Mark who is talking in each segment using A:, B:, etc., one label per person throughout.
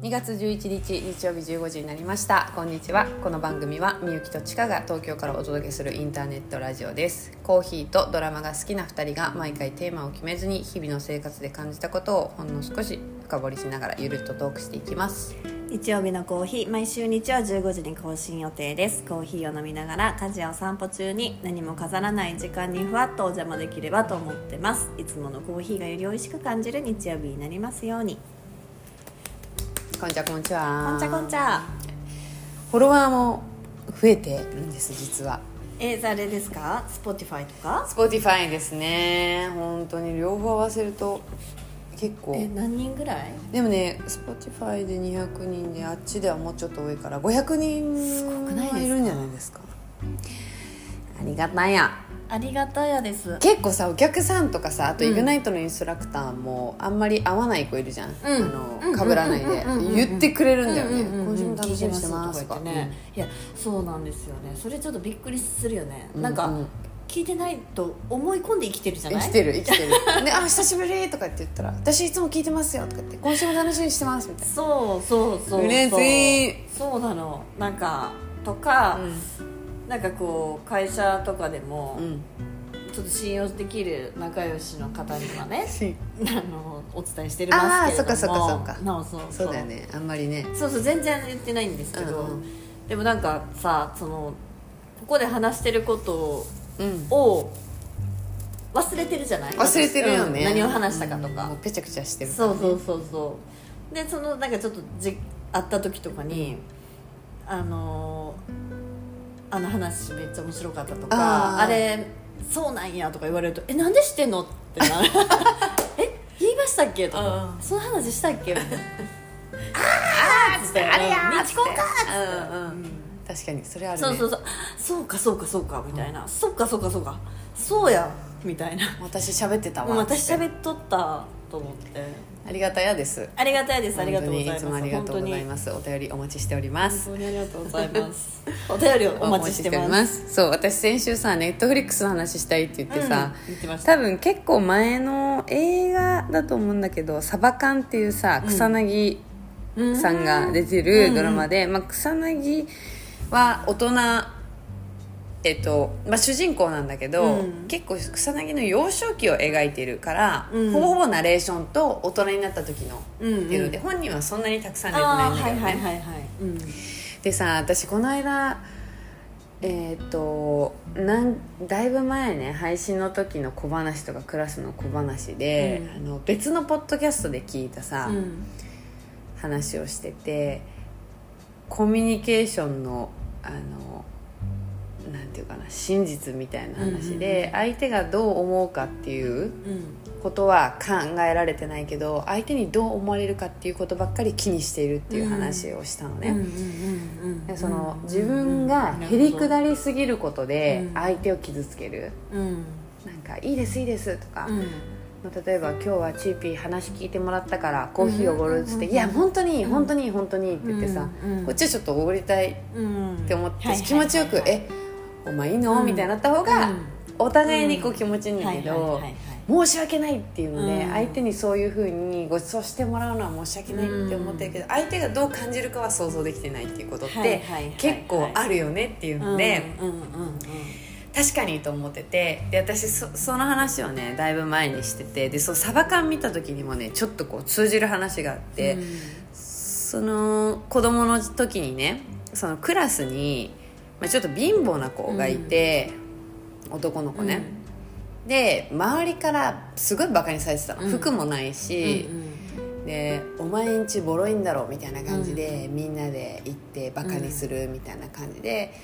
A: 2月11日日曜日15時になりましたこんにちはこの番組はみゆきとちかが東京からお届けするインターネットラジオですコーヒーとドラマが好きな2人が毎回テーマを決めずに日々の生活で感じたことをほんの少し深掘りしながらゆるっとトークしていきます
B: 日曜日のコーヒー毎週日曜15時に更新予定ですコーヒーを飲みながら家事やお散歩中に何も飾らない時間にふわっとお邪魔できればと思ってますいつものコーヒーがより美味しく感じる日曜日になりますように
A: こんちゃこんちは
B: こんちゃこんちゃ
A: フォロワーも増えてるんです実は
B: えー、あれですか Spotify とか
A: Spotify ですね本当に両方合わせると結構
B: え何人ぐらい
A: でもね Spotify で200人であっちではもうちょっと多いから500
B: くないです
A: 人
B: か
A: はいるんじゃないですかありがたいや
B: ありがたやですうん
A: 結構さお客さんとかさあと
B: うん
A: イグナイトのインストラクターもあんまり合わない子いるじゃん、あ
B: うん
A: の被らないで
B: うんうんうんうん
A: 言ってくれるんだよね、
B: うんうんうん
A: 今週も楽しみにしてます
B: 聞い
A: とか
B: てとか言ってね、いやそうなんですよねそれちょっとびっくりするよね、
A: うん
B: なんか、
A: うん
B: 聞いてないと思い込んで生きてるじゃない
A: 生きてる生きてるで「あ久しぶり」とかって言ったら「私いつも聞いてますよ」とか言って「今週も楽しみにしてます」みたい
B: そうそうそうそう
A: ね全員
B: そうなのなんかとか
A: な、、
B: なんかこう会社とかでも、
A: うん
B: ちょっと信用できる仲良しの方には ねあのお伝えしてる
A: あー
B: ます
A: そ
B: けれども
A: っかそっかそっか
B: なおそう
A: そうだよねあんまりね
B: そうそう全然言ってないんですけど、
A: うんうん
B: でもなんかさそのここで話してること
A: うん
B: を忘れてるじゃない
A: 忘れてるよ
B: うん
A: ね、
B: 何を話したかとか、
A: うんもうペチャクチャしてる
B: そうそうそうそうでそのなんかちょっとじ会った時とかに、あのーあの話めっちゃ面白かったとか
A: あ
B: あ
A: ー
B: れそうなんやとか言われると「えなんでしてんの?」って なるえ言いましたっけ?」と
A: う
B: か「その話したっけ?」みたいな「あー!」っつっ て「
A: あれやーっつ
B: 日
A: って
B: コンか!」っつって
A: うんうん確かにそれあるね
B: そうそうそうそうかそうかそうかみたいな、そうかそうかそうかそうやみたいな
A: 私喋ってた
B: も
A: わ
B: う私
A: って
B: 喋っとったと思って
A: ありがたやです
B: ありがたいですありがとうございます
A: 本当にいつもありがとうござい
B: 本
A: ますお便りお待ちしております
B: 当にありがとうございますお便りをお待ちしてます
A: すそう私先週さネットフリックスの話したいって言ってさ、
B: うん言ってました
A: 多分結構前の映画だと思うんだけど「サバ缶」っていうさ草薙さんが出てるドラマで、まあ、草薙は大人えっとまあ、主人公なんだけど、
B: うん
A: 結構草薙の幼少期を描いてるから、
B: うん
A: ほぼほぼナレーションと大人になった時のって
B: うんうん
A: いうので、本人はそんなにたくさん出てない
B: あ
A: ん
B: ー
A: だ
B: は
A: よ
B: い
A: ね、
B: はいはいはい、うん、
A: でさ私この間えーっとなんだいぶ前ね配信の時の小話とかクラスの小話で、
B: うん
A: あの別のポッドキャストで聞いたさ、
B: うん
A: 話をしててコミュニケーションのあのなんていうかな真実みたいな話で、
B: うんうんう
A: 相手がどう思うかっていう
B: うん
A: ことは考えられてないけど相手にどう思われるかっていうことばっかり気にしているっていう話をしたのね。
B: うんうんうんう
A: で
B: ん
A: その自分がへりくだりすぎることで
B: うん
A: 相手を傷つける、
B: うん
A: なんか「いいですいいです」とか、
B: うん
A: まあ例えば「今日はチーピー話聞いてもらったからコーヒーおごる」っつって「
B: うん
A: いや本当にいい本当にいい本当にいい」って言ってさ、
B: うん
A: こっちはちょっとおごりたいっ
B: うん
A: て思って、
B: はいはいはいはい
A: 気持ちよく「えお前いいの?」
B: うん
A: みたいになった方が、
B: うん
A: お互いにこう気持ちいいんだ
B: はい
A: け
B: はい
A: ど。
B: はいはい
A: 申し訳ないっていうので、
B: うん
A: 相手にそういうふうにご馳走してもらうのは申し訳ないって思ってるけど、相手がどう感じるかは想像できてないっていうことっ
B: はいはい
A: て
B: はいはい
A: 結構あるよねっていうので、
B: うんうんうんうん
A: 確かにと思っててで私そその話をねだいぶ前にしててでそうサバ缶見た時にもねちょっとこう通じる話があって、その子供の時にねそのクラスに、まあ、ちょっと貧乏な子がいて、男の子ね、で周りからすごいバカにされてたの、
B: うん
A: 服もないし、
B: うん
A: で「お前んちボロいんだろ」みたいな感じで、みんなで行ってバカにするみたいな感じで、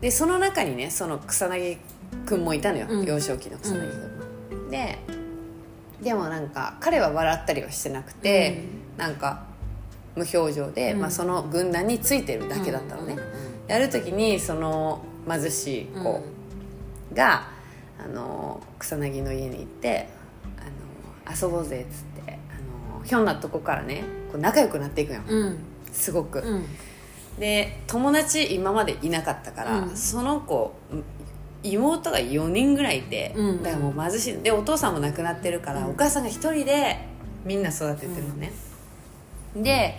A: でその中にねその草薙くんもいたのよ、
B: うん
A: 幼少期の草薙くんも。ででもなんか彼は笑ったりはしてなくて、なんか無表情で、
B: うん
A: まあ、その軍団についてるだけだったのね。
B: うんうん
A: やる時にその貧しい
B: うん
A: 子、があの草薙の家に行ってあの遊ぼうぜっつってあのひょんなとこからねこう仲良くなっていくよ
B: うん
A: すごく、
B: うん
A: で友達今までいなかったから、
B: うん
A: その子うん妹が4人ぐらいいて、
B: うん
A: だからもう貧しいでお父さんも亡くなってるから、
B: うん
A: お母さんが一人でみんな育ててるのね、で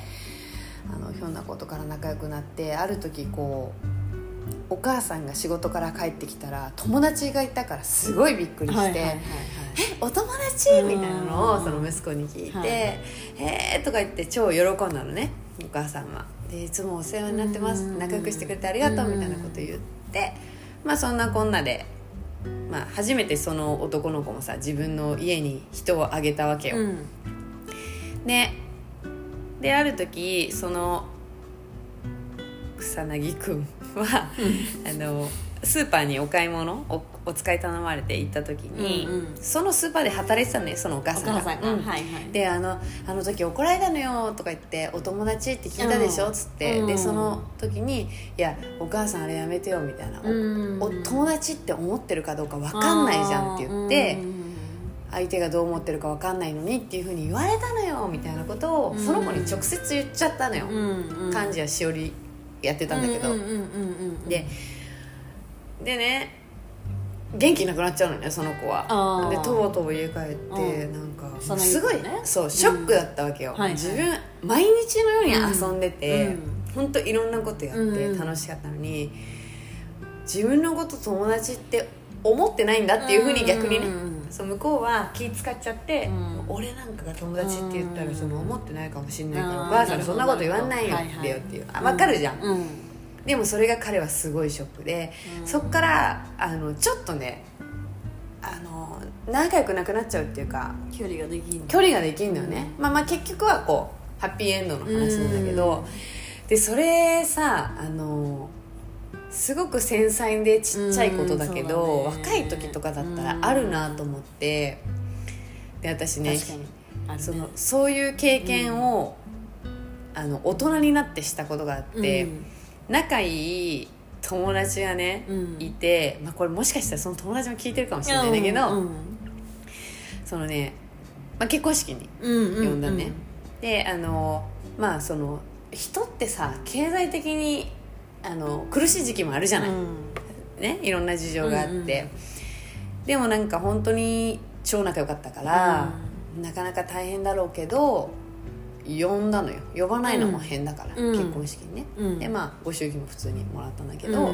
A: あのひょんなことから仲良くなってある時こうお母さんが仕事から帰ってきたら友達がいたからすごいびっくりして「
B: はいはいはいはい
A: えお友達?」みたいなのをその息子に聞いて「
B: はい
A: へえ」とか言って超喜んだのねお母さんは。でいつもお世話になってます
B: うん
A: 仲良くしてくれてありがとうみたいなこと言ってまあそんなこんなで。まあ、初めてその男の子もさ自分の家に人をあげたわけよ、
B: うん
A: ねである時その草薙くんは、あのスーパーにお買い物おお使い頼まれて行った時に、
B: うんうん
A: そのスーパーで働いてたのよそのお母
B: お
A: さんが
B: 母さんが、
A: うん
B: はいはい
A: であの「あの時怒られたのよ」とか言って「お友達って聞いたでしょ」
B: う
A: っ
B: ん
A: つって、
B: う
A: で
B: ん
A: その時に「いやお母さんあれやめてよ」みたいな、
B: うん
A: お友達って思ってるかどうか分かんないじゃん」って言って、相手がどう思ってるか分かんないのにっていうふうに言われたのよみたいなことを
B: うん
A: その子に直接言っちゃったのよ、
B: 感
A: 幹事はしおりやってたんだけど、ででね元気なくなっちゃうのねその子
B: あ
A: は
B: ー
A: でとぼとぼ家帰って、
B: うん
A: なんか
B: その
A: すごい、
B: ね
A: そうショックだったわけよ、
B: はいはい
A: 自分毎日のように遊んでて、
B: うん
A: 本当いろんなことやって
B: うん
A: 楽しかったのに、自分のこと友達って思ってないんだっていうふうに逆にね、そう向こうは気使っちゃって、
B: うん
A: 俺なんかが友達って言ったらその思ってないかもしれないから、
B: うん
A: お母さんそんなこと言わないよ
B: はいはい
A: だよっていう、あ分かるじゃん、
B: うん
A: でもそれが彼はすごいショックで、そっからあのちょっとねあの仲良くなくなっちゃうっていうか
B: 距離ができん
A: 距離ができんのよね、まあまあ結局はこうハッピーエンドの話なんだけど、でそれさあのすごく繊細でちっちゃいことだけど、
B: うんそうだ
A: 若
B: ね
A: い時とかだったらあるなと思ってで私ね
B: 確かにあるね
A: そのそういう経験を、あの大人になってしたことがあって、
B: うん
A: 仲いい友達がね、
B: うん
A: いて、まあ、これもしかしたらその友達も聞いてるかもしれないんだけど、
B: うん
A: そのね、まあ、結婚式に
B: うんうん
A: 呼んだね、であのまあその人ってさ経済的にあの苦しい時期もあるじゃ
B: うん
A: ない、ねいろんな事情があって、
B: うんうん
A: でもなんか本当に超仲良かったから、なかなか大変だろうけど呼んだのよ呼ばないのも変だから、
B: うん
A: 結婚式にね、
B: うん
A: でまあご祝儀も普通にもらったんだけ
B: うん
A: ど、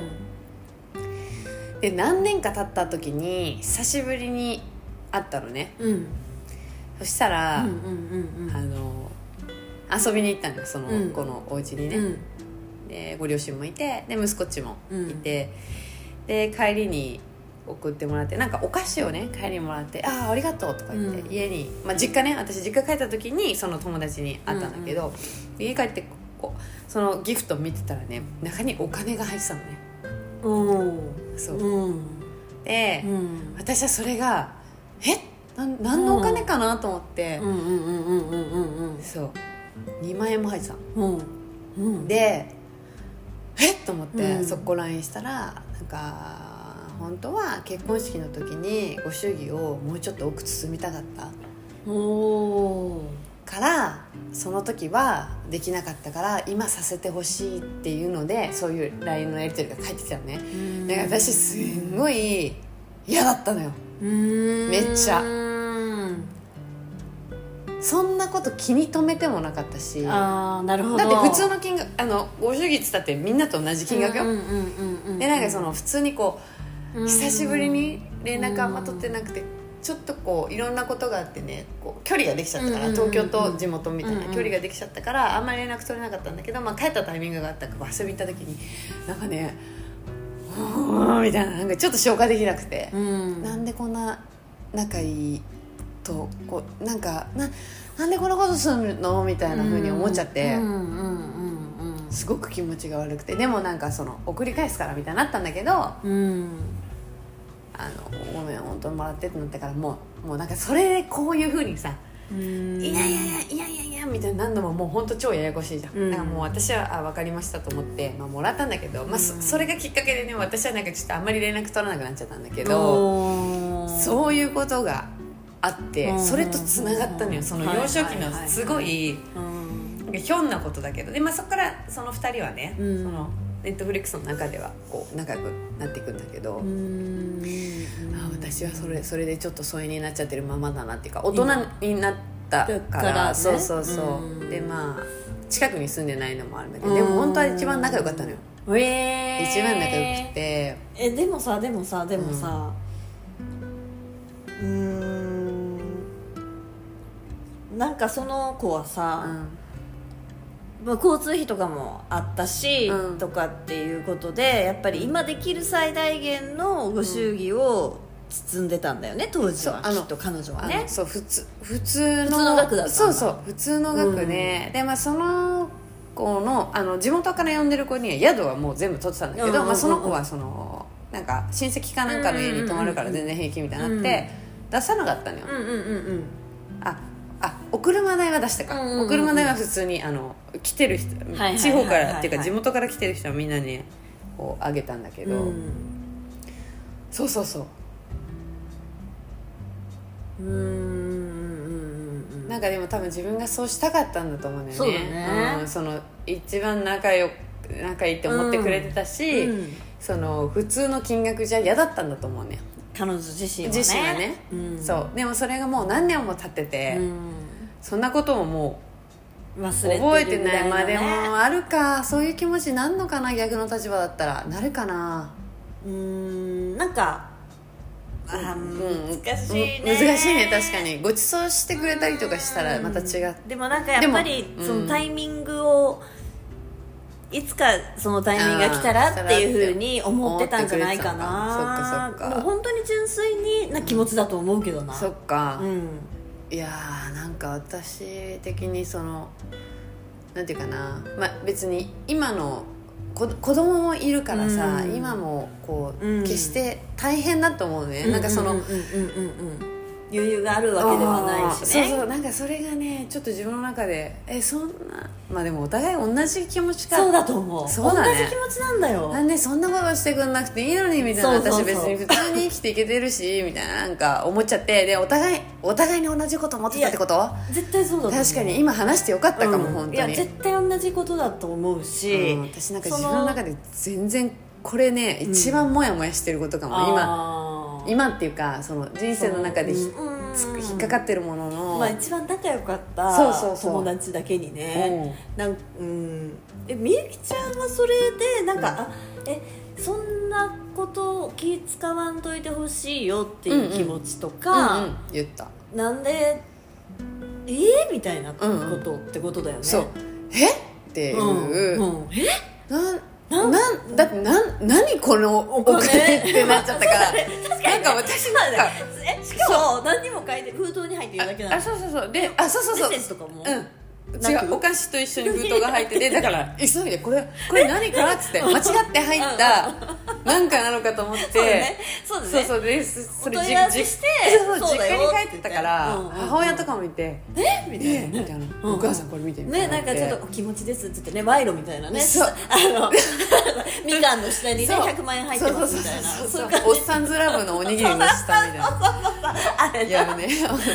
A: で何年か経った時に久しぶりに会ったのね
B: うんうん
A: そしたら、
B: うんうん
A: あの遊びに行ったのよその
B: うん
A: 子のお家に
B: うん
A: ね、
B: うん
A: でご両親もいてで息子っちもいて、で帰りに送ってもらってなんかお菓子をね帰りにもらって「ああありがとう」とか言って、
B: うん
A: 家に、まあ、実家ね私実家帰った時にその友達に会ったんだけど、で家帰ってこうそのギフト見てたらね中にお金が入ってたのね
B: お
A: そ
B: ー
A: う、
B: うん
A: で、
B: うん
A: 私はそれがえなん何のお金かなと思って、
B: うんうんうんうんうんうんうん
A: そう2万円も入ってたの
B: うんうん
A: でえっと思って、
B: うん
A: そこ LINE したらなんか本当は結婚式の時にご祝儀をもうちょっと奥包みたかった
B: おー
A: からその時はできなかったから今させてほしいっていうのでそういう LINE のやり取りが返ってきたのね
B: うん
A: だから私すんごい嫌だったのよ
B: め
A: っちゃ
B: あ
A: そんなこと気に留めてもなかったしだ
B: あーなるほど
A: って普通
B: の
A: の金額あのご祝儀っつったってみんなと同じ金額よ、でなんかその普通にこう久しぶりに連絡あんま取ってなくてちょっとこういろんなことがあってねこう距離ができちゃったから
B: うんうんう
A: 東
B: ん
A: 京と地元みたいな
B: うんうん
A: 距離ができちゃったからあんまり連絡取れなかったんだけど、まあ、帰ったタイミングがあったから遊び行った時になんかね「うーん」みたいななんかちょっと消化できなくて、な
B: なん
A: でこんな仲いいとこうなんかななんでこんなことするのみたいな風に思っちゃって。
B: うんうんうん
A: すごく気持ちが悪くてでもなんかその送り返すからみたいになったんだけど
B: うんうん
A: あのごめん本当にもらってってなったからもうもうなんかそれでこういうふうにさ「
B: うん
A: いやいやいやいやいやいや」みたいな何度ももう本当超ややこしいじゃん、
B: うん
A: だからもう私はあ分かりましたと思って、まあ、もらったんだけど、まあ、そ
B: うん
A: それがきっかけでね私はなんかちょっとあんまり連絡取らなくなっちゃったんだけど
B: おー
A: そういうことがあって
B: うん
A: それとつながったのよその
B: はい
A: 幼少期
B: はい
A: の
B: はい
A: すごい
B: うん
A: なんかひょんなことだけどで、まあ、そこからその2人はね、
B: うん
A: そのネットフリックスの中ではこう仲良くなっていくんだけど。
B: うん
A: あ私はそれそれでちょっと疎遠になっちゃってるままだなっていうか大人になったから
B: からね
A: そうそうそう、
B: うん
A: でまあ近くに住んでないのもあるんだけ
B: う
A: ど
B: ん
A: でも本当は一番仲良かったのよ、
B: えー
A: 一番仲良くて
B: えでもさでもさでもさうーんなんかその子は
A: う
B: さ、
A: ん
B: まあ、交通費とかもあったし、
A: うん
B: とかっていうことでやっぱり今できる最大限のご祝儀を包んでたんだよね当時は
A: そうあ
B: き
A: の
B: っと彼女は
A: あ
B: ね
A: のそう普通普通の
B: 普通の額だったんだ
A: そうそう普通の額で、でまあその子のあの地元から呼んでる子には宿はもう全部取ってたんだけ
B: うんうんうん
A: ど、
B: うん
A: まあ、その子はそのなんか親戚かなんかの家に泊まるから全然平気みたいになって、出さなかったのよ、
B: うんうんうんうん
A: ああお車代は出したか、
B: うんうんうん
A: お車代は普通にあの来てる人、
B: いはいはいはい
A: 地方からっていうか地元から来てる人はみんなにこうあげたんだけど、
B: うん
A: そうそうそう
B: うんうんうんうん
A: なんかでも多分自分がそうしたかったんだと思うんだよね
B: そうだね
A: うん、その一番仲よ仲いいって思ってくれてたし、
B: うん
A: その普通の金額じゃ嫌だったんだと思うね、
B: 彼女自身はね
A: 自身はね、
B: うん、
A: そうでもそれがもう何年も経ってて、
B: うん
A: そんなことももう
B: 忘れてる
A: 覚えてない
B: ぐ
A: ま
B: ら
A: あで
B: のね
A: もあるかそういう気持ちになんのかな逆の立場だったらなるかな
B: うーんなんかあー
A: うん
B: 難しいね、
A: うん難しいね確かにごちそうしてくれたりとかしたらまた違う
B: でもなんかやっぱり
A: でも
B: その
A: うん
B: タイミングをいつかそのタイミングが来たらっていうふうに思ってたんじゃない
A: 思ってくれてた
B: かな
A: のかそっかそっか
B: もう本当に純粋にな気持ちだと思うけどな
A: そっか、
B: うん
A: いやーなんか私的にそのなんていうかな、まあ、別に今のこ子供もいるからさ、
B: うん
A: 今もこう、
B: うん
A: 決して大変だと思うね、なんかその、
B: ううんうんうんうん余裕があるわけではないし
A: あ
B: ね
A: ーそうそうなんかそれがねちょっと自分の中でえそんなまあでもお互い同じ気持ちか
B: そうだと思う
A: そうだね
B: 同じ気持ちなんだよ
A: なんでそんなことしてくんなくていいのにみたいな
B: そうそうそう
A: 私別に普通に生きていけてるしみたいななんか思っちゃってでお互いお互いに同じこと思ってたってこと
B: 絶対そうだと思う
A: 確かに今話してよかったかも、
B: うん
A: 本当に
B: いや絶対同じことだと思うし、
A: うん私なんか
B: そ
A: 自分の中で全然これね
B: うん
A: 一番モヤモヤしてることかも、今
B: あー
A: 今っていうかその人生の中でひ
B: うん
A: つ引っかかってるものの、
B: まあ、一番仲良かった
A: そうそうそう
B: 友達だけにねなんうんえみゆきちゃんがそれでなんか、あえそんなことを気使わんといてほしいよっていう気持ちとか、
A: うんうん言った、
B: なんでえー、みたいなことってことだよね、
A: そうえっていうう、
B: んうんえ
A: なん
B: な
A: なんんだってなん何このお金ってなっちゃった からなんか私なんか
B: えしかも何にも書いて封筒に入ってるだけなの
A: あそうそうそうであそうそうそう
B: メッセージとかも、
A: うん
B: な
A: 違
B: く
A: うお菓子と一緒に封筒が入っててだから急いでこれこれ何かなっつって間違って入ったなんかなのかと思って
B: そうだねそうだね
A: そうそうです
B: お
A: それ
B: 問い
A: じ
B: 合わせ
A: じ
B: して
A: そうそう
B: そう
A: 実
B: だ
A: 家
B: よ
A: に帰ってたから
B: うんうんうん
A: 母親とかもいて
B: え
A: 「
B: みたい
A: ねえ」
B: な
A: み
B: ね
A: たいな「
B: うん
A: お母さんこれ見て」みたい
B: ね
A: にな
B: なんかちょっと「お気持ちです」っつってね賄賂みたいなね
A: そう
B: あのみかんの下にね
A: そう
B: 100万円入ってますみたいな
A: そう
B: そ
A: そうう
B: いう
A: そ
B: 感
A: うそうおっさんずラブのおにぎりの下みたいな
B: じあれ
A: いやね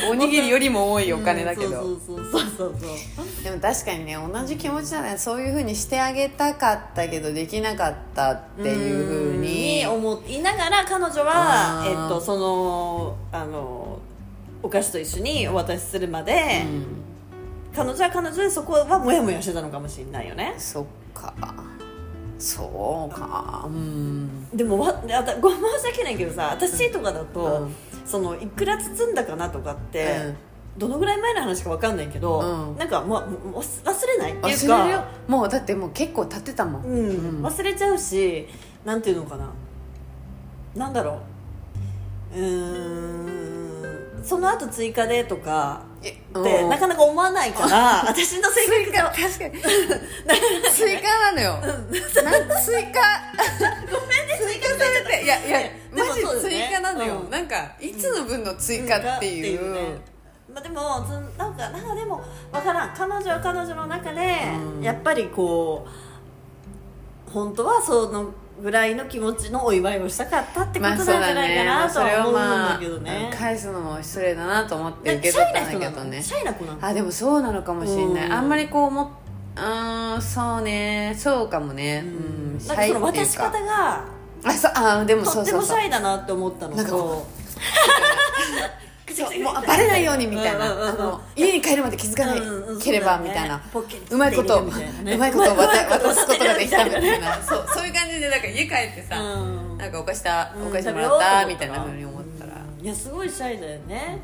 A: おにぎりよりも多いお金だけど、
B: うんそうそうそうそうそう
A: でも確かにね同じ気持ちだねそういうふうにしてあげたかったけどできなかったっていうふうに
B: ん思いながら彼女は
A: あ、
B: えっ
A: ー
B: と、そのあのお菓子と一緒にお渡しするまで、
A: うん
B: 彼女は彼女でそこはモヤモヤしてたのかもしれないよね
A: そっかそうかうん
B: でもわあたごめん申し訳ないけどさ私とかだと、
A: うん
B: そのいくら包んだかなとかって、
A: うん
B: どのぐらい前の話かわかんないけど、
A: うん
B: なんか、ま、もう忘れないっていう
A: 忘れるよ
B: か
A: もうだってもう結構経ってたもん、
B: うん
A: うん
B: 忘れちゃうしなんていうのかななんだろううーんその後追加でとか
A: え
B: って
A: うん
B: なかなか思わないから私の性格が
A: 確かに 追加なのよ、なん追加
B: ごめんね
A: 追加されていやいや
B: でも
A: マジ
B: そうだよ
A: 追
B: ね
A: 加なのよ、
B: うん
A: なんかいつの分の追加っていう,、
B: ねまあ、でもずんなんかなんかでも分からん彼女は彼女の中で、
A: うん
B: やっぱりこう本当はそのぐらいの気持ちのお祝いをしたかったってことなんじゃないかなと
A: それ
B: は
A: は
B: 思うん
A: ま
B: だ
A: あ
B: けどね、
A: 返すのも失礼だなと思って
B: なん
A: 受け
B: かシ
A: 取っ
B: ャイ
A: た
B: なん人
A: だ
B: な
A: けど
B: の
A: ね
B: シャイな子なの
A: あでもそうなのかもしれな
B: う
A: い
B: ん
A: あんまりこう思っうーんそうねそうかもねうん
B: なん
A: シ
B: か
A: ャイ
B: そ
A: っ
B: の
A: てい
B: 渡
A: う
B: し
A: か
B: 方が
A: あそうあでもそ
B: と
A: う
B: って
A: そ
B: も
A: う
B: シ
A: そう
B: ャイだなって思ったの
A: なんか
B: と来た
A: そ
B: 来
A: うも
B: た
A: うあバレないようにみたいな、
B: うんうんうんうん
A: あの家に帰るまで気づかない
B: うんうん
A: ければ
B: そうだね
A: みたいな、
B: ポッケに
A: うまいこと、
B: 入れるみたいなね
A: うまいこと
B: うまいうまい
A: 渡
B: こと
A: 渡すことができたみたいなそうそういう感じでなんか家帰ってさ、
B: うん
A: なんかお菓子た
B: うん
A: お菓子もらった
B: 食べよ
A: み
B: う
A: たいな
B: と思ったら
A: ふうに思ったら、
B: いやすごいシャイだよね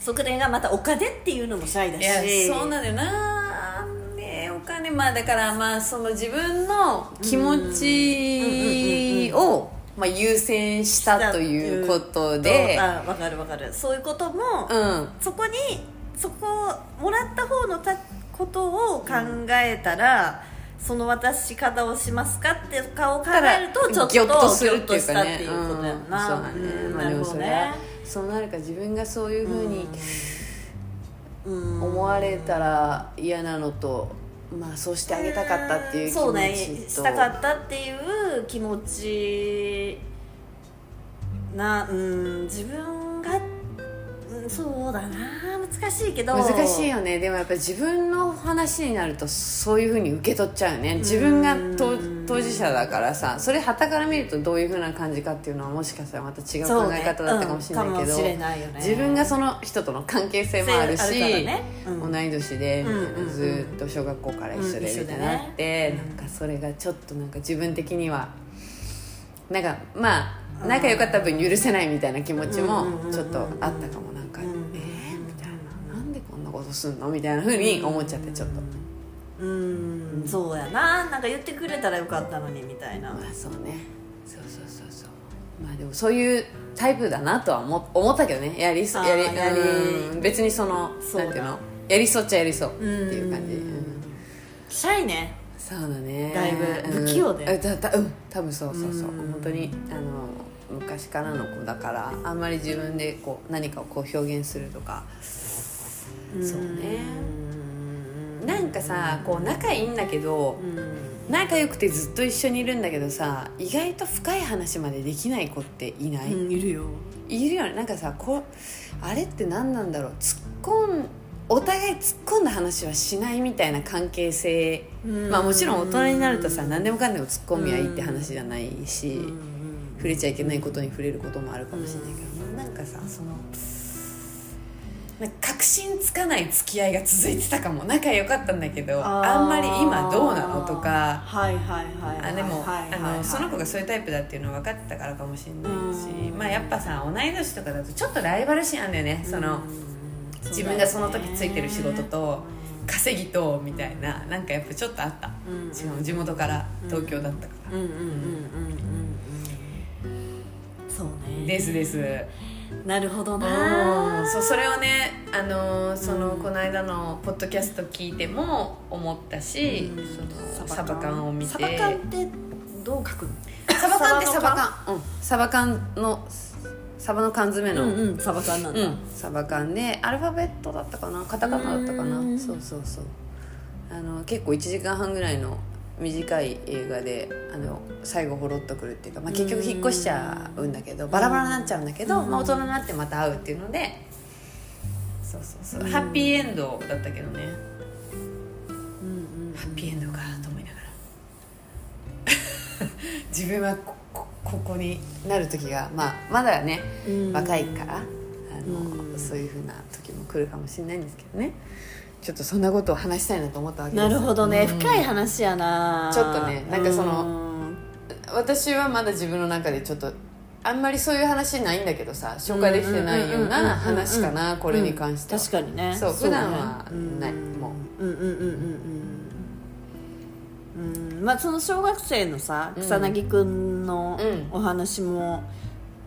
B: 側面がまたお金っていうのもシャイだし
A: いやそうなんだよなねお金まあだからまあその自分の気持ちをまあ優先したということで
B: あわかるわかるそういうことも、
A: うん
B: そこにそこをもらった方のたことを考えたら、その渡し方をしますかって顔を考えるとちょっと
A: ギョッとするっていうか
B: ギョッとしたっ
A: ね
B: ていうことやん
A: うんそう
B: な、
A: だね、
B: ん
A: まあ
B: な
A: で
B: る
A: も
B: ほど
A: それは
B: ね
A: そうなるか自分がそういうふうに
B: うん
A: 思われたら嫌なのと、まあそうしてあげたかったっていう気持ちと
B: そうねしたかったっていう気持ちなうん自分がうんそうだな難しいけど
A: 難しいよねでもやっぱり自分の話になるとそういうふうに受け取っちゃうよね自分が当当事者だからさそれはたから見るとどういうふうな感じかっていうのはもしかしたらまた違う
B: そう
A: 考
B: ね
A: え方だったかもしれないけ
B: うん
A: ど、
B: かもしれないよね
A: 自分がその人との関係性もあるし
B: そうあるからねうん
A: 同い年で、
B: うんうんうん
A: ずっと小学校から一緒で
B: うん
A: み
B: 一緒
A: た
B: で
A: い
B: ね
A: ななって、なんかそれがちょっとなんか自分的にはなんかまあ仲良かった分許せないみたいな気持ちも
B: うんうんうんうん
A: ちょっとあったかもなんか、
B: うんうんうん
A: えーみたいななんでこんなことすんのみたいなふうに思っちゃってちょっと、
B: うんそうやななんか言ってくれたらよかったのにみたいな
A: まあそうねそうそうそうそうまあでもそういうタイプだなとは思思ったけどねやりそ
B: あー
A: やり
B: うん
A: やり別にその
B: そうだ
A: なんていうのやりそうっちゃやりそうっていう感じ、
B: うん
A: うん
B: シャイね
A: そうだね
B: だいぶ
A: うん
B: 不器用だよ
A: あだだうん多分そうそうそう
B: うん
A: 本当にあの昔からの子だからあんまり自分でこう何かをこう表現するとかそうねなんかさこう仲いいんだけど
B: うんうん
A: 仲良くてずっと一緒にいるんだけどさ意外と深い話までできない子っていない、
B: うんいるよ
A: いるよねなんかさこうあれって何なんだろう突っ込んお互い突っ込んだ話はしないみたいな関係性
B: うん
A: まあもちろん大人になるとさ
B: うん
A: 何でもかんでも突っ込みはいいって話じゃないし
B: うんうん
A: 触れちゃいけないことに触れることもあるかもしれないけどなんかさそのなんか確信つかない付き合いが続いてたかも仲良かったんだけど
B: ー
A: あんまり今どうなのとか
B: はいはいはいは
A: あ
B: い
A: でも
B: はいはいはい
A: あのその子がそういうタイプだっていうのは分かってたからかもしれないし
B: うん
A: まあやっぱさ同い年とかだとちょっとライバル心あんだよねその
B: うん
A: 自分がその時ついてる仕事と
B: う
A: 稼ぎとみたいななんかやっぱちょっとあった
B: ん
A: しかも地元から東京だったから。
B: うんうんうんうんうんうんそうね
A: ですです
B: なるほど
A: うん
B: な
A: そうそれをね、あのーその
B: うん
A: この間のポッドキャスト聞いても思ったし、
B: うん
A: そのサバ缶を見て
B: サバ缶ってどう書くの
A: サバ缶ってサ
B: サ
A: バ
B: バ
A: 缶、うん、サバ缶のサバの缶詰の、
B: うんうんサバ缶なんだ、
A: うんサバ缶でアルファベットだったかなカタカナだったかな
B: うん
A: そうそうそうあの結構1時間半ぐらいの短い映画であの最後ほろっとくるっていうか、まあ、結局引っ越しちゃうんだけどバラバラになっちゃうんだけど、
B: うん
A: まあ、大人になってまた会うっていうのでそうそうそう
B: うん
A: ハッピーエンドだったけどね
B: うんうん
A: ハッピーエンドかと思いながら自分はここここになる時が、まあ、まだね
B: うん
A: 若いからあの、
B: うん
A: そういうふうな時も来るかもしれないんですけどねちょっとそんなことを話したいなと思ったわけです
B: なるほどね、
A: うん
B: 深い話やな
A: ちょっとねなんかその
B: うん
A: 私はまだ自分の中でちょっとあんまりそういう話ないんだけどさ紹介できてないよう
B: うんうんうんうんうん
A: な話かなこれに関しては、
B: 確かにね
A: そう普段は
B: そうね
A: ない
B: うん
A: も
B: うんうんうんうんうんうんまあその小学生のさ草薙くんの
A: うん
B: お話も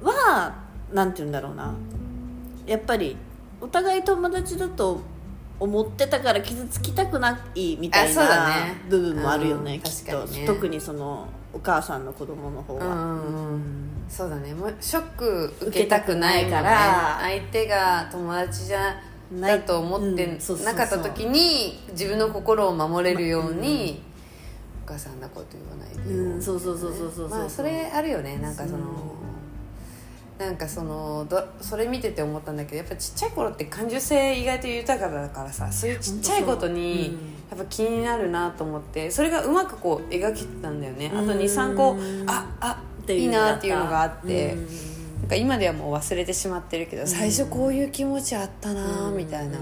B: はなんて言うんだろうなやっぱりお互い友達だと思ってたから傷つきたくないみた
A: あ
B: い
A: そうだ
B: な
A: ね
B: 部分もあるよね
A: うん
B: きっ
A: 確か
B: と
A: にね
B: 特にそのお母さんの子供の方
A: うんう
B: は、
A: んうんそうだねもうショック受けたくないから相手が友達じゃ
B: ない
A: だと思って
B: うんそうそうそう
A: なかった時に自分の心を守れるように、お母さんあんなこと言わないでよ
B: うんそうそうそうそうそうそう
A: まあ、それあるよねなんかその、なんかそのどそれ見てて思ったんだけどやっぱちっちゃい頃って感受性意外と豊かだからさそういうちっちゃいことにやっぱ気になるなと思ってそれがうまくこう描けてたんだよねあと
B: うん
A: 23個ああ
B: って
A: い
B: い
A: いう
B: のがあ
A: な
B: っ
A: っ
B: た
A: ていうのがあって
B: うん
A: なんか今ではもう忘れてしまってるけど最初こういう気持ちあったなみたいな、
B: うんうんうん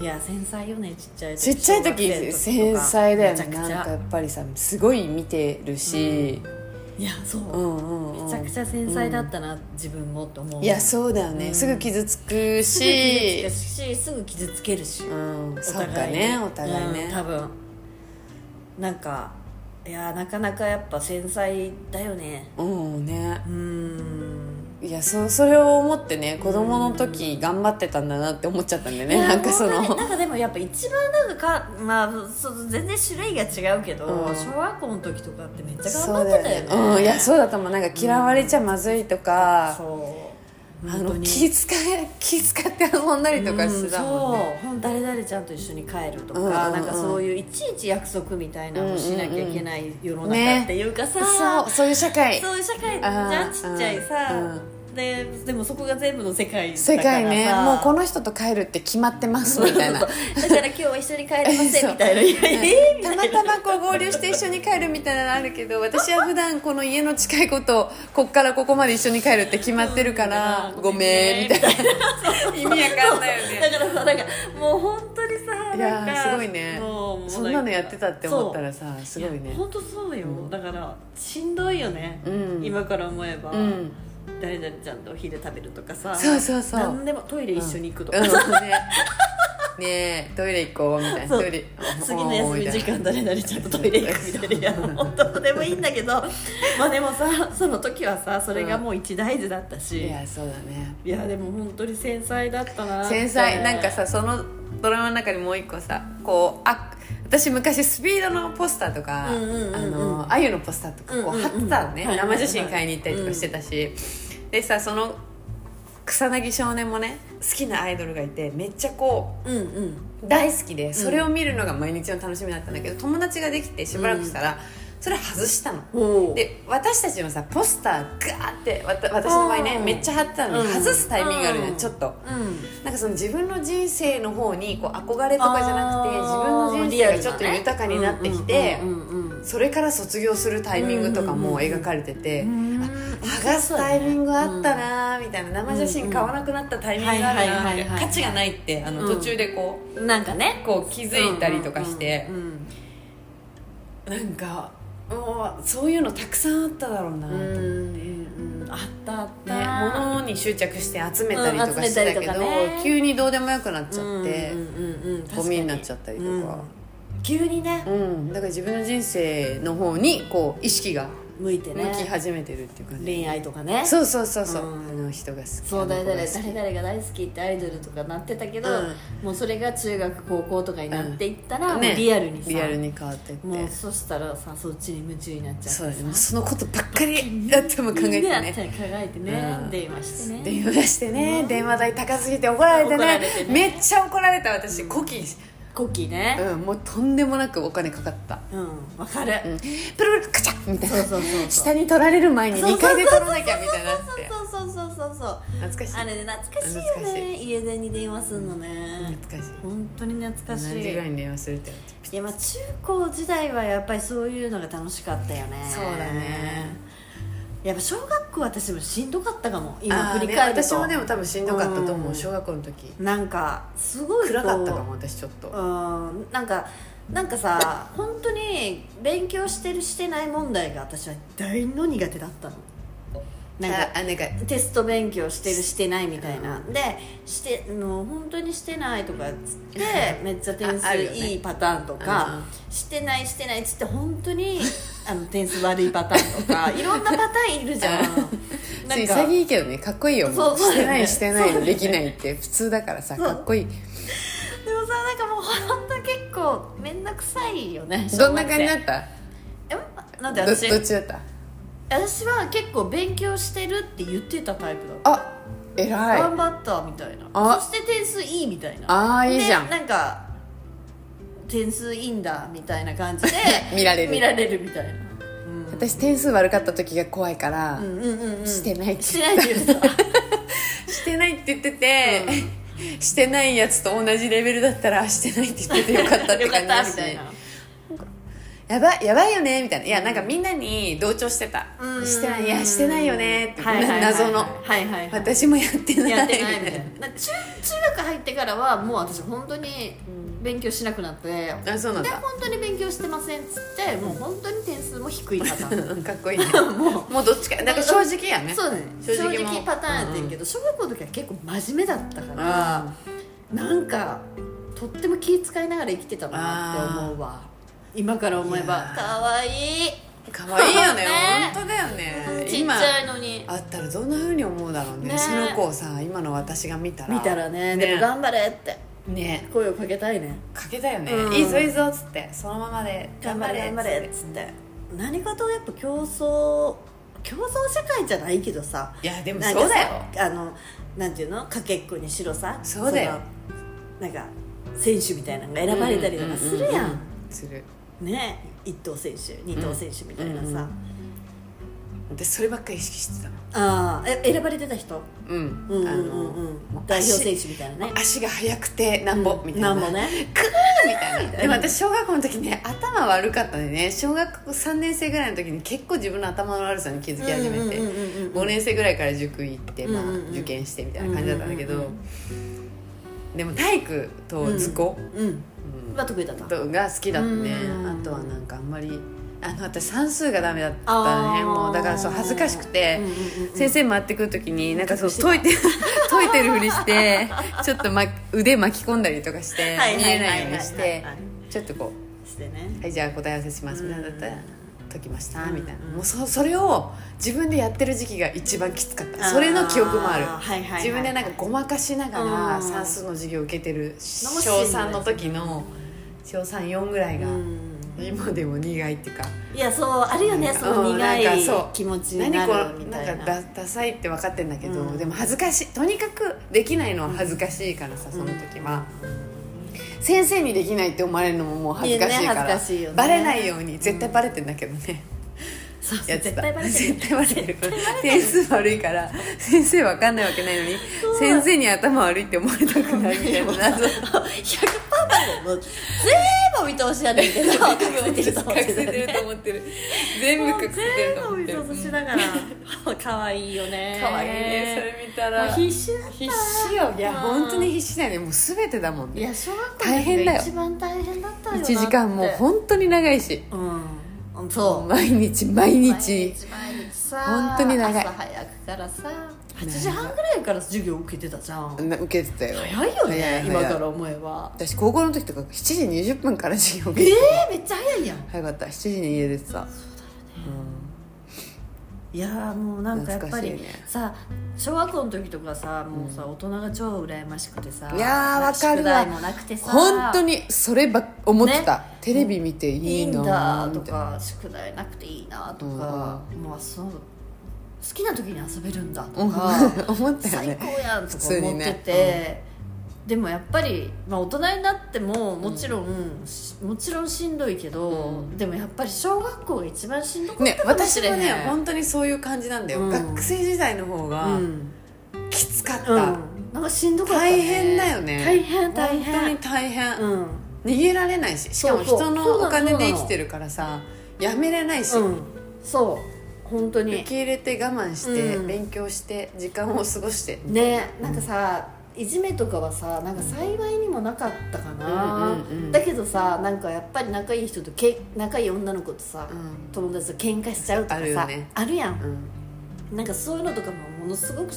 B: いや繊細よねちっちゃい時
A: ちっちゃい
B: 小学生
A: 時
B: のとか
A: 繊細だよね
B: めち
A: な
B: ゃく
A: ん
B: ち
A: かや
B: ゃ
A: っぱりさすごい見てるし、、
B: いやそううん
A: うんうん
B: めちゃくちゃ繊細だったな、自分もと思う
A: い
B: い
A: やそうだよね、
B: うん
A: すぐ傷つく
B: すぐ傷つ
A: し
B: くしすぐ傷つけるし、
A: うん、
B: お
A: そう
B: 互
A: か
B: いに
A: ねお互いね、
B: うん多分なんかいやなかなかやっぱ繊細だよね
A: うんね
B: うーん
A: いやそそれを思ってね子供の時頑張ってたんだなって思っちゃったんだよね、なんかそ
B: いや
A: の
B: 本当になんかでもやっぱ一番なんかかまあそう全然種類が違うけど、
A: うん
B: 小学校の時とかってめっちゃ
A: そ
B: 頑張
A: う
B: って
A: だ
B: たよ
A: よ
B: ね
A: ねうんいやそうだと思うなんか嫌われちゃまずいとか、
B: そう
A: あ
B: 本当
A: の
B: に
A: 気使え 気使って遊んだりとかしてたもんね、
B: うんそう誰々ちゃんと一緒に帰るとか、
A: うんうんうん
B: なんかそういういちいち約束みたいなのをしなきゃいけない世の中っていうかさ、
A: そうそういう社会
B: そういう社会じ
A: あ
B: ゃ
A: ー
B: んちっちゃいさ、
A: う
B: ででもそこが全部の世界だからさ
A: 世界ねもうこの人と帰るって決まってますみたいな
B: そうそうだから今日は一緒に帰れませ
A: そうん
B: みたいな「いやえーみた
A: た
B: い
A: またまこう合流して一緒に帰るみたいなのあるけど私は普段この家の近いことをこっからここまで一緒に帰るって決まってるから
B: うん
A: ごめんみたい な意味わかんないよ
B: なだ
A: ね
B: からさなんかもう本当にさ
A: い
B: なん
A: や
B: か
A: ーすごいね
B: もうもう
A: そんなのやってたって思ったらさす
B: そ
A: ご
B: う
A: いね
B: や本当そうよ、だからしんどいよね、
A: うん
B: 今から思えば、
A: うん
B: 誰々ちゃんとお昼食べるとかさ
A: そうそうそう
B: 何でもトイレ一緒に行くとか、
A: うんねねえトイレ行こうみたいな
B: そう
A: トイレ
B: 次の休み時間誰々ちゃんとトイレ行くみたいな
A: そう
B: 本当どうでもいいんだ けどまあでもさその時はさそれがもう一大事だったし、
A: い
B: いや
A: やそうだね
B: でも本当に繊細だったなって
A: 繊細なんかさそのドラマの中にもう一個さこうあ私昔スピードのポスターとか
B: うんうんうんうん
A: あのあゆのポスターとかこう
B: うんうんうん
A: 貼ってたのね
B: はいはいはい
A: 生写真買いに行ったりとかしてたしでさその草薙少年もね好きなアイドルがいてめっちゃこう
B: うんうん
A: 大好きでそれを見るのが毎日の楽しみだったんだけど友達ができてしばらくしたらそれ外したの。
B: おう
A: で私たちのさポスターガーってわた私の場合ね
B: うん
A: めっちゃ貼ってたのに
B: うん
A: 外すタイミングがあるじゃ
B: うん
A: んちょっと。
B: うん
A: なんかその自分の人生の方にこう憧れとかじゃなくて
B: あー
A: 自分の人生がちょっと豊かになってきて
B: うんうんうんうん
A: それから卒業するタイミングとかも描かれてて
B: うん
A: 剥がすタイミングあったなーみたいな生写真買わなくなったタイミングがあるなーみたい
B: うんうん
A: な価値がないってあの
B: うん
A: 途中でこ
B: なんかね
A: うこう気づいたりとかして
B: うんうん
A: なんかもうそういうのたくさんあっただろうな
B: うんうん
A: ーと。
B: うんうんあったあった、
A: ね、物に執着して集めたりとかしてたけど、
B: うん集めたりとかね
A: 急にどうでもよくなっちゃって、
B: うんうんうんうん確か
A: ゴミになっちゃったりとか、
B: うん急にね
A: うん、だから自分の人生の方にこう意識が
B: 向いて
A: 向き
B: ね
A: 始めてるっていう感じ、
B: 恋愛とかね
A: そうそうそうそう、
B: うん
A: あの人が好き
B: そう誰々
A: あの
B: 誰々が大好きってアイドルとかなってたけど、
A: うん
B: もうそれが中学高校とかになっていった
A: 子が
B: ら、
A: 好き
B: もうリアルにさ
A: リアルに変わってって
B: もうそしたらさそっちに夢中になっちゃ
A: そう
B: う
A: だねもうそのことばっかりやっても考えて
B: ね
A: ね
B: 考えて
A: う
B: ね
A: ん
B: 電話してね
A: 電話してね、電話代高すぎて怒られてね
B: 怒られてね
A: めっちゃ怒られた私コキ、
B: コキね
A: うん、もうとんでもなくお金かかった、
B: うんわ、かる、
A: うん、プルプルカチャッみたいな
B: そうそうそうそう
A: 下に取られる前に2回で取らなきゃみたいなって
B: そうそうそうそうそう
A: 懐かしい
B: あれね懐かしいよ
A: 懐か
B: ね家電に電話すんのね、
A: 懐かしい
B: 本当に懐かし
A: 何
B: い
A: 時ぐらいに電話するってやつ
B: いやまあ中高時代はやっぱりそういうのが楽しかったよね
A: そうだね
B: やっぱ小学校私もしんどかったかも今
A: あー
B: 振り
A: ね
B: 返ると、
A: 私もでも多分しんどかったと思う、
B: うん
A: 小学校の時
B: なんかすごいこ
A: 暗
B: う
A: かったかも私ちょっと、
B: うんなんかなんかさ本当に勉強してるしてない問題が私は大の苦手だったのなんか
A: ああなんか
B: テスト勉強してるしてないみたいなでしてもう本当にしてないとかっつって めっちゃ点
A: ああ
B: 数
A: るよね
B: いいパターンと
A: うんう
B: か
A: ん
B: してないしてないっつって本当 にあの点数悪いパターンとかいろんなパターンいるじゃんな
A: そうん
B: か
A: 潔いけどねかっこいいよも
B: そうう
A: し
B: そう
A: て
B: だ
A: な
B: よね
A: い してないできないって普通だからさ
B: そう
A: かっこいい
B: でもさなんかもう本当結構面倒くさいよね
A: どんな感じだ
B: 小学
A: っ
B: 生えなんで
A: たど
B: 私
A: どっちだった
B: 私は結構勉強してるって言ってたタイプだった
A: あ偉い
B: 頑張ったみたいな
A: あ
B: そして点数いいみたいな
A: あーいいじゃん
B: でなんか点数いいんだみたいな感じで
A: 見られる
B: 見られるみたいな、
A: 私点数悪かった時が怖いから、
B: うん、うんうんうん
A: してないって
B: してないって言うさ
A: してないって言ってて、 してないやつと同じレベルだったらしてないって言っててよかったって
B: よ
A: 感
B: かっ
A: じ
B: た
A: だ
B: み
A: した
B: いな
A: やばいやばいよねみたいないやなんかみんなに同調してた
B: うん
A: してないいやしてないよねって、
B: はいはいはいはい
A: 謎の
B: はいはいはい
A: 私もやってない
B: やってないみたいなだって中中学入ってからはもう私本当に勉強しなくなってで
A: あそうなんだ
B: 本当に勉強してませんっつってもう本当に点数も低いパターン
A: うんかっこいいね
B: も
A: もうどっちかだから正直やね
B: そうだね
A: 正
B: 正
A: 直
B: 直
A: も
B: パターンやってんけど、小学校の時は結構真面目だったから
A: あ
B: なんかとっても気遣いながら生きてたなって思うわ今から思え
A: いや
B: ば
A: ー
B: かわいい
A: あかわいいよね
B: ね
A: 本当だよね
B: ちっち
A: 今
B: ゃいのに
A: あったらどんなふうに思うだろうね
B: ね
A: その子をさ今の私が見たら
B: 見たらねでも頑張れって
A: ね
B: 声をかけたいね
A: かけたよね、
B: うん
A: いいぞいいぞっつってそのままで
B: 頑張れ頑張
A: っつ
B: れっつって何かとやっぱ競争競争社会じゃないけどさ
A: いやでも
B: なん
A: そ
B: か
A: う
B: さ
A: だよ
B: あのなんていうのかけっこにしろさ
A: そうだよ
B: そのなんか選手みたいなのが選ばれたりとかするやん,、
A: ううううんする
B: ね一等選手二等選手みたいなさ、
A: うんうんでそればっかり意識してたの
B: ああえ選ばれてた人
A: うん
B: うんうん
A: あ
B: うん
A: の
B: うん代表選手みたいなね
A: 足が速くてなんぼみたいな
B: なんもね
A: クーみたいなでも私小学校の時ね頭悪かったんでね小学校3年生ぐらいの時に結構自分の頭の悪さに気づき始めて
B: うんうんうんうんうん
A: 5年生ぐらいから塾行って、まあ
B: うんうんうん
A: 受験してみたいな感じだったんだけど、
B: うんうんう
A: でも体育と図工、
B: うん
A: うん
B: は得意だった
A: とが好きだったね、
B: うん
A: あとはなんかあんまりあの私算数がダメだった
B: あ
A: ね
B: ー
A: もうだからそう恥ずかしくて、
B: うんうんうんうん
A: 先生回ってくる時になんかそう
B: 隠してた
A: 解いて 解いてるふりして ちょっと、ま、腕巻き込んだりとかして
B: はいは
A: 見
B: いはい
A: えないようにし
B: はいは
A: て
B: いはい
A: ちょっとこ
B: してね
A: う「はいじゃあ答え合わせします」
B: うん
A: みたいなだったら「解きました」
B: うん
A: みたいなもうそそれを自分でやってる時期が一番きつかったそれの記憶もある
B: ーはいはいはい
A: 自分でなんかごまかしなが
B: う
A: ら
B: ん
A: 算数の授業を受けてる小
B: のもしんどい
A: 3の時の小34ぐらいうが
B: ん
A: 今でも苦いっていうか
B: いやそうあるよね
A: うん
B: その苦
A: なん
B: い
A: かそう
B: 気持ちに
A: 何
B: な
A: こ
B: る
A: う
B: み
A: な
B: たい
A: ん
B: な
A: かダダサいって分かってんだけど、
B: うん
A: でも恥ずかしいとにかくできないのは恥ずかしいからさその時は、先生にできないって思われるのももう恥ずかしいから
B: いいね恥ずかしいよね
A: バレないように絶対バレてんだけどね、
B: そう
A: やって
B: 絶
A: た
B: 対バレてる
A: 絶対バレる点数悪いから先生分かんないわけないのに先生に頭悪いって思われたくないみたいな謎の
B: 100%バレるもう全部見通しやねんけ ど隠せてると思って
A: 隠せてると思ってる全部隠せてると思って
B: 全
A: る
B: 部見通しながら可愛いよね
A: 可愛いねそれ見た
B: も
A: ら
B: う必死だった
A: 必死よいや本当に必死だよねもう全てだもん
B: い
A: ね
B: や小学校
A: 大変だよ
B: 一番大変だったよ
A: 1時間もう本当に長いし
B: ほうんそう
A: 毎日毎
B: 毎
A: 日
B: 日毎日
A: 本
B: さ
A: 当に長い
B: 朝早くからさ8時半ぐらいから授業受けてたじゃん
A: な受けてたよ
B: 早いよね
A: 早い
B: 今
A: 早い
B: から思えば
A: 私高校の時とか7時20分から授業受
B: え
A: けて
B: ー、めっちゃ早いやん
A: 早かった7時に家出てた
B: いやーもうなんかやっぱり、
A: 懐かしいね
B: さ小学校の時とかさもうさ、大人が超羨ましくてさ
A: いやーわかるわ
B: 宿題もなくてさ
A: 本当にそればっ思ってた
B: ね
A: テレビ見てい
B: い
A: い
B: いん
A: な
B: だ
A: ー
B: と
A: みたいな
B: か宿題なくていいなとか、もうそう好きな時に遊べるんだとか、
A: うん思ったよ
B: 最
A: ね
B: 高やんと
A: 普
B: か
A: 通
B: 思
A: に
B: っ
A: ね
B: てて、でもやっぱり、まあ、大人になってももちろん、しもちろんしんどいけど、
A: うん
B: でもやっぱり小学校が一番しんどかった
A: ね
B: かもし
A: 私
B: れへ
A: も
B: ん、
A: ね本当にそういう感じなんだよ、
B: うん
A: 学生時代の方
B: う
A: が
B: ん
A: きつかった、
B: うん、なんかしんどかった、ね、
A: 大変だよね
B: 大変大変
A: 本当に大変、
B: うん
A: 逃げられないししかも
B: そうそ
A: 人
B: うそ
A: の
B: うなの
A: お金で生きてるからさやめれないし、
B: うんそう本当
A: 受
B: に
A: け入れて我慢して、
B: うん
A: 勉強して時間を過ごして
B: ねなんかさいじめとかはさなんか幸いにもなかったかな、
A: うんうんうん
B: だけどさなんかやっぱり仲いい人とけ仲いい女の子とさ、
A: うん
B: 友達と喧嘩しちゃうとか
A: あ
B: さ
A: るよね
B: あるやん
A: うん
B: なんかそういうのとかもものすごく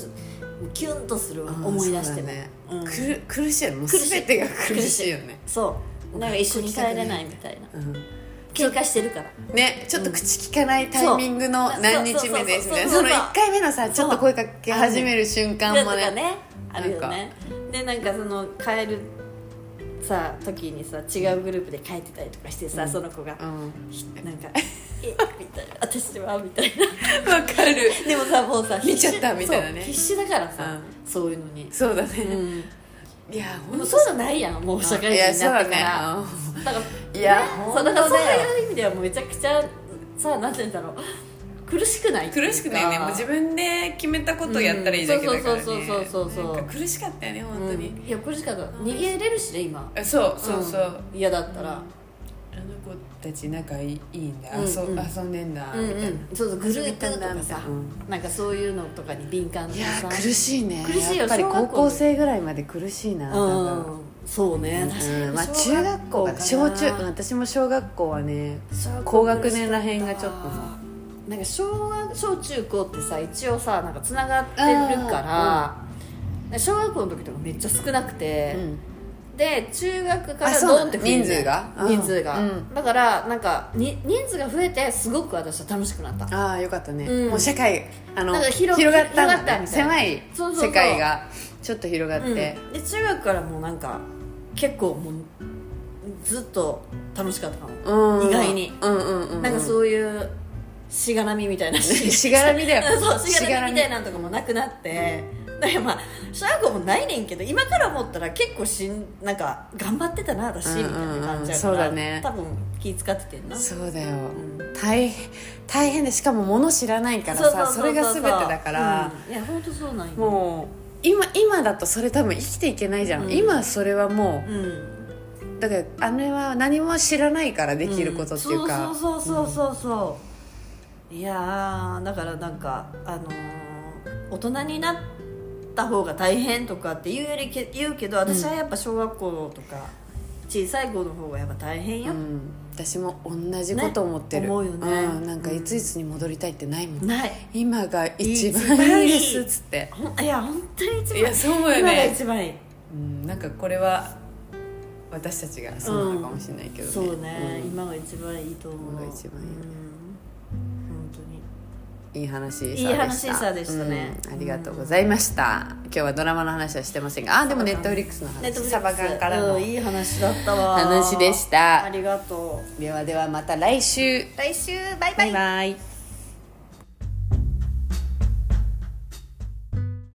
B: キュンとするわ思い出し
A: そう
B: ても
A: だね
B: うん
A: くる苦しいよねもう
B: 苦しい
A: 全てが苦しいよね
B: そうなんか一緒に帰れないみたいな
A: うん
B: 喧嘩してるから
A: ね、ちょっと口聞かないタイミングの
B: そう
A: 何日目ですみたいな
B: そ
A: そう
B: そう
A: の
B: そうそう
A: 1回目のさちょっと声かけ始める瞬間も
B: とか
A: ね
B: ねあるよねでなんかその帰るさ時にさ違うグループで帰ってたりとかしてさ、
A: うん
B: その子が、
A: うん
B: ひなん か「えみたいな「私は」みたいな
A: わかる
B: でもさもうさ必死
A: 見ちゃったみたいなね
B: そう必死だからさ、
A: う
B: そういうのに、
A: そうだ
B: う
A: ね、
B: ん、
A: いやほん
B: もう
A: と
B: そういうのないやんもう社
A: い
B: 会人
A: や
B: に
A: そう
B: な
A: だ
B: ってか
A: ね
B: らだから
A: いや
B: ね
A: 本
B: そ
A: 当
B: うだからそう
A: だよ
B: いう意味ではもうめちゃくちゃさなんて言うんだろう苦しくないっていう
A: 苦
B: か
A: しくないねもう自分で決めたことをやったらいいだけだからね
B: うんそうそうそうそうそうそう
A: なんか苦しかったよね本当に、
B: うんいや苦しかった逃げれるしね今
A: あそうそうそう、
B: ん嫌だったら、
A: あの子たち仲いいんだ、
B: うんうん
A: 遊遊んでんだ、
B: うん
A: みたいな
B: うんそうそうグループとか
A: みたい
B: さ
A: なうん
B: なんかそういうのとかに敏感
A: い
B: で
A: や
B: さ
A: ー苦しいね
B: 苦しい
A: や
B: よ
A: っぱり
B: 小学校
A: 高校生ぐらいまで苦しいな、多分
B: うんそうね確かに
A: うんまあ、中学校が
B: 小
A: 小
B: 学校
A: 中
B: かな
A: 私も小学校はね
B: 高
A: 高
B: 学
A: 学
B: 年
A: 年
B: ら
A: ら
B: へ
A: へ
B: ん
A: ん
B: が
A: が
B: ち
A: ち
B: ょ
A: ょ
B: っ
A: っ
B: と
A: と
B: なんか小学小中高ってさ一応さなんかつながってるから小学校の時とかめっちゃ少なくて、
A: うん
B: で中学か
A: あ
B: ら
A: そう
B: ド
A: な
B: ン
A: ん
B: って
A: だ
B: 増えて
A: 人数がうん
B: 人数が、
A: うん
B: だからなんかに人数が増えてすごく私は楽しくなった
A: ああよかったね、
B: うん
A: もう社会あの
B: なんか広
A: 広がったんだ、ね、
B: 広がったみたいな
A: 狭い
B: そうそうそう
A: 世界がちょっと広がって、
B: うんで中学からもうなんか結構もうずっと楽しかったかも、
A: うん
B: 意外に
A: うんうんうん
B: なんか
A: う
B: そういうしがらみみたいな
A: しがらみだよ
B: そうしがらみみたい
A: な
B: なのとかもなくなって、だからまあ小学校もないねんけど今から思ったら結構しんなんか頑張ってたな私、みたいな感じやから
A: うんうんうんそうだね
B: 多分気使っててんな
A: そうだよ、
B: ん
A: 大変大変でしかも物知らないからさそれが全てだから、、
B: うんいや本当そうなんよ
A: もう今今だとそれ多分生きていけないじゃん、
B: うん
A: 今それはも
B: う
A: うんだからあれは何も知らないからできることっていうか、
B: んそうそうそうそうそうそう、いやーだからなんかあのー大人になった方が大変とかって言うよりけ言うけど私はやっぱ小学校とか小さい子の方がやっぱ大変よ、
A: うん私も同じこと思ってる、
B: ね思うよね
A: うん、なんかいついつに戻りたいってないもん、
B: ない
A: 今が一番いいですっつって
B: ほんいや本当に一番
A: いやそうよね
B: 今が一番いい
A: うん、なんかこれは私たちがそうなのかもしれないけどね、
B: そうね、
A: うん
B: 今が一番いいと思う
A: 今が一番いいよね
B: うん本当に
A: いい話さで
B: いい話さでしたね
A: うんありがとうございました、今日はドラマの話はしてませんがあでもネットフリックスの話サバ缶からの
B: うんいい話だったわ
A: 話でし
B: あ
A: た
B: りがとう
A: ではではまた来週
B: 来週バイ
A: バイバイ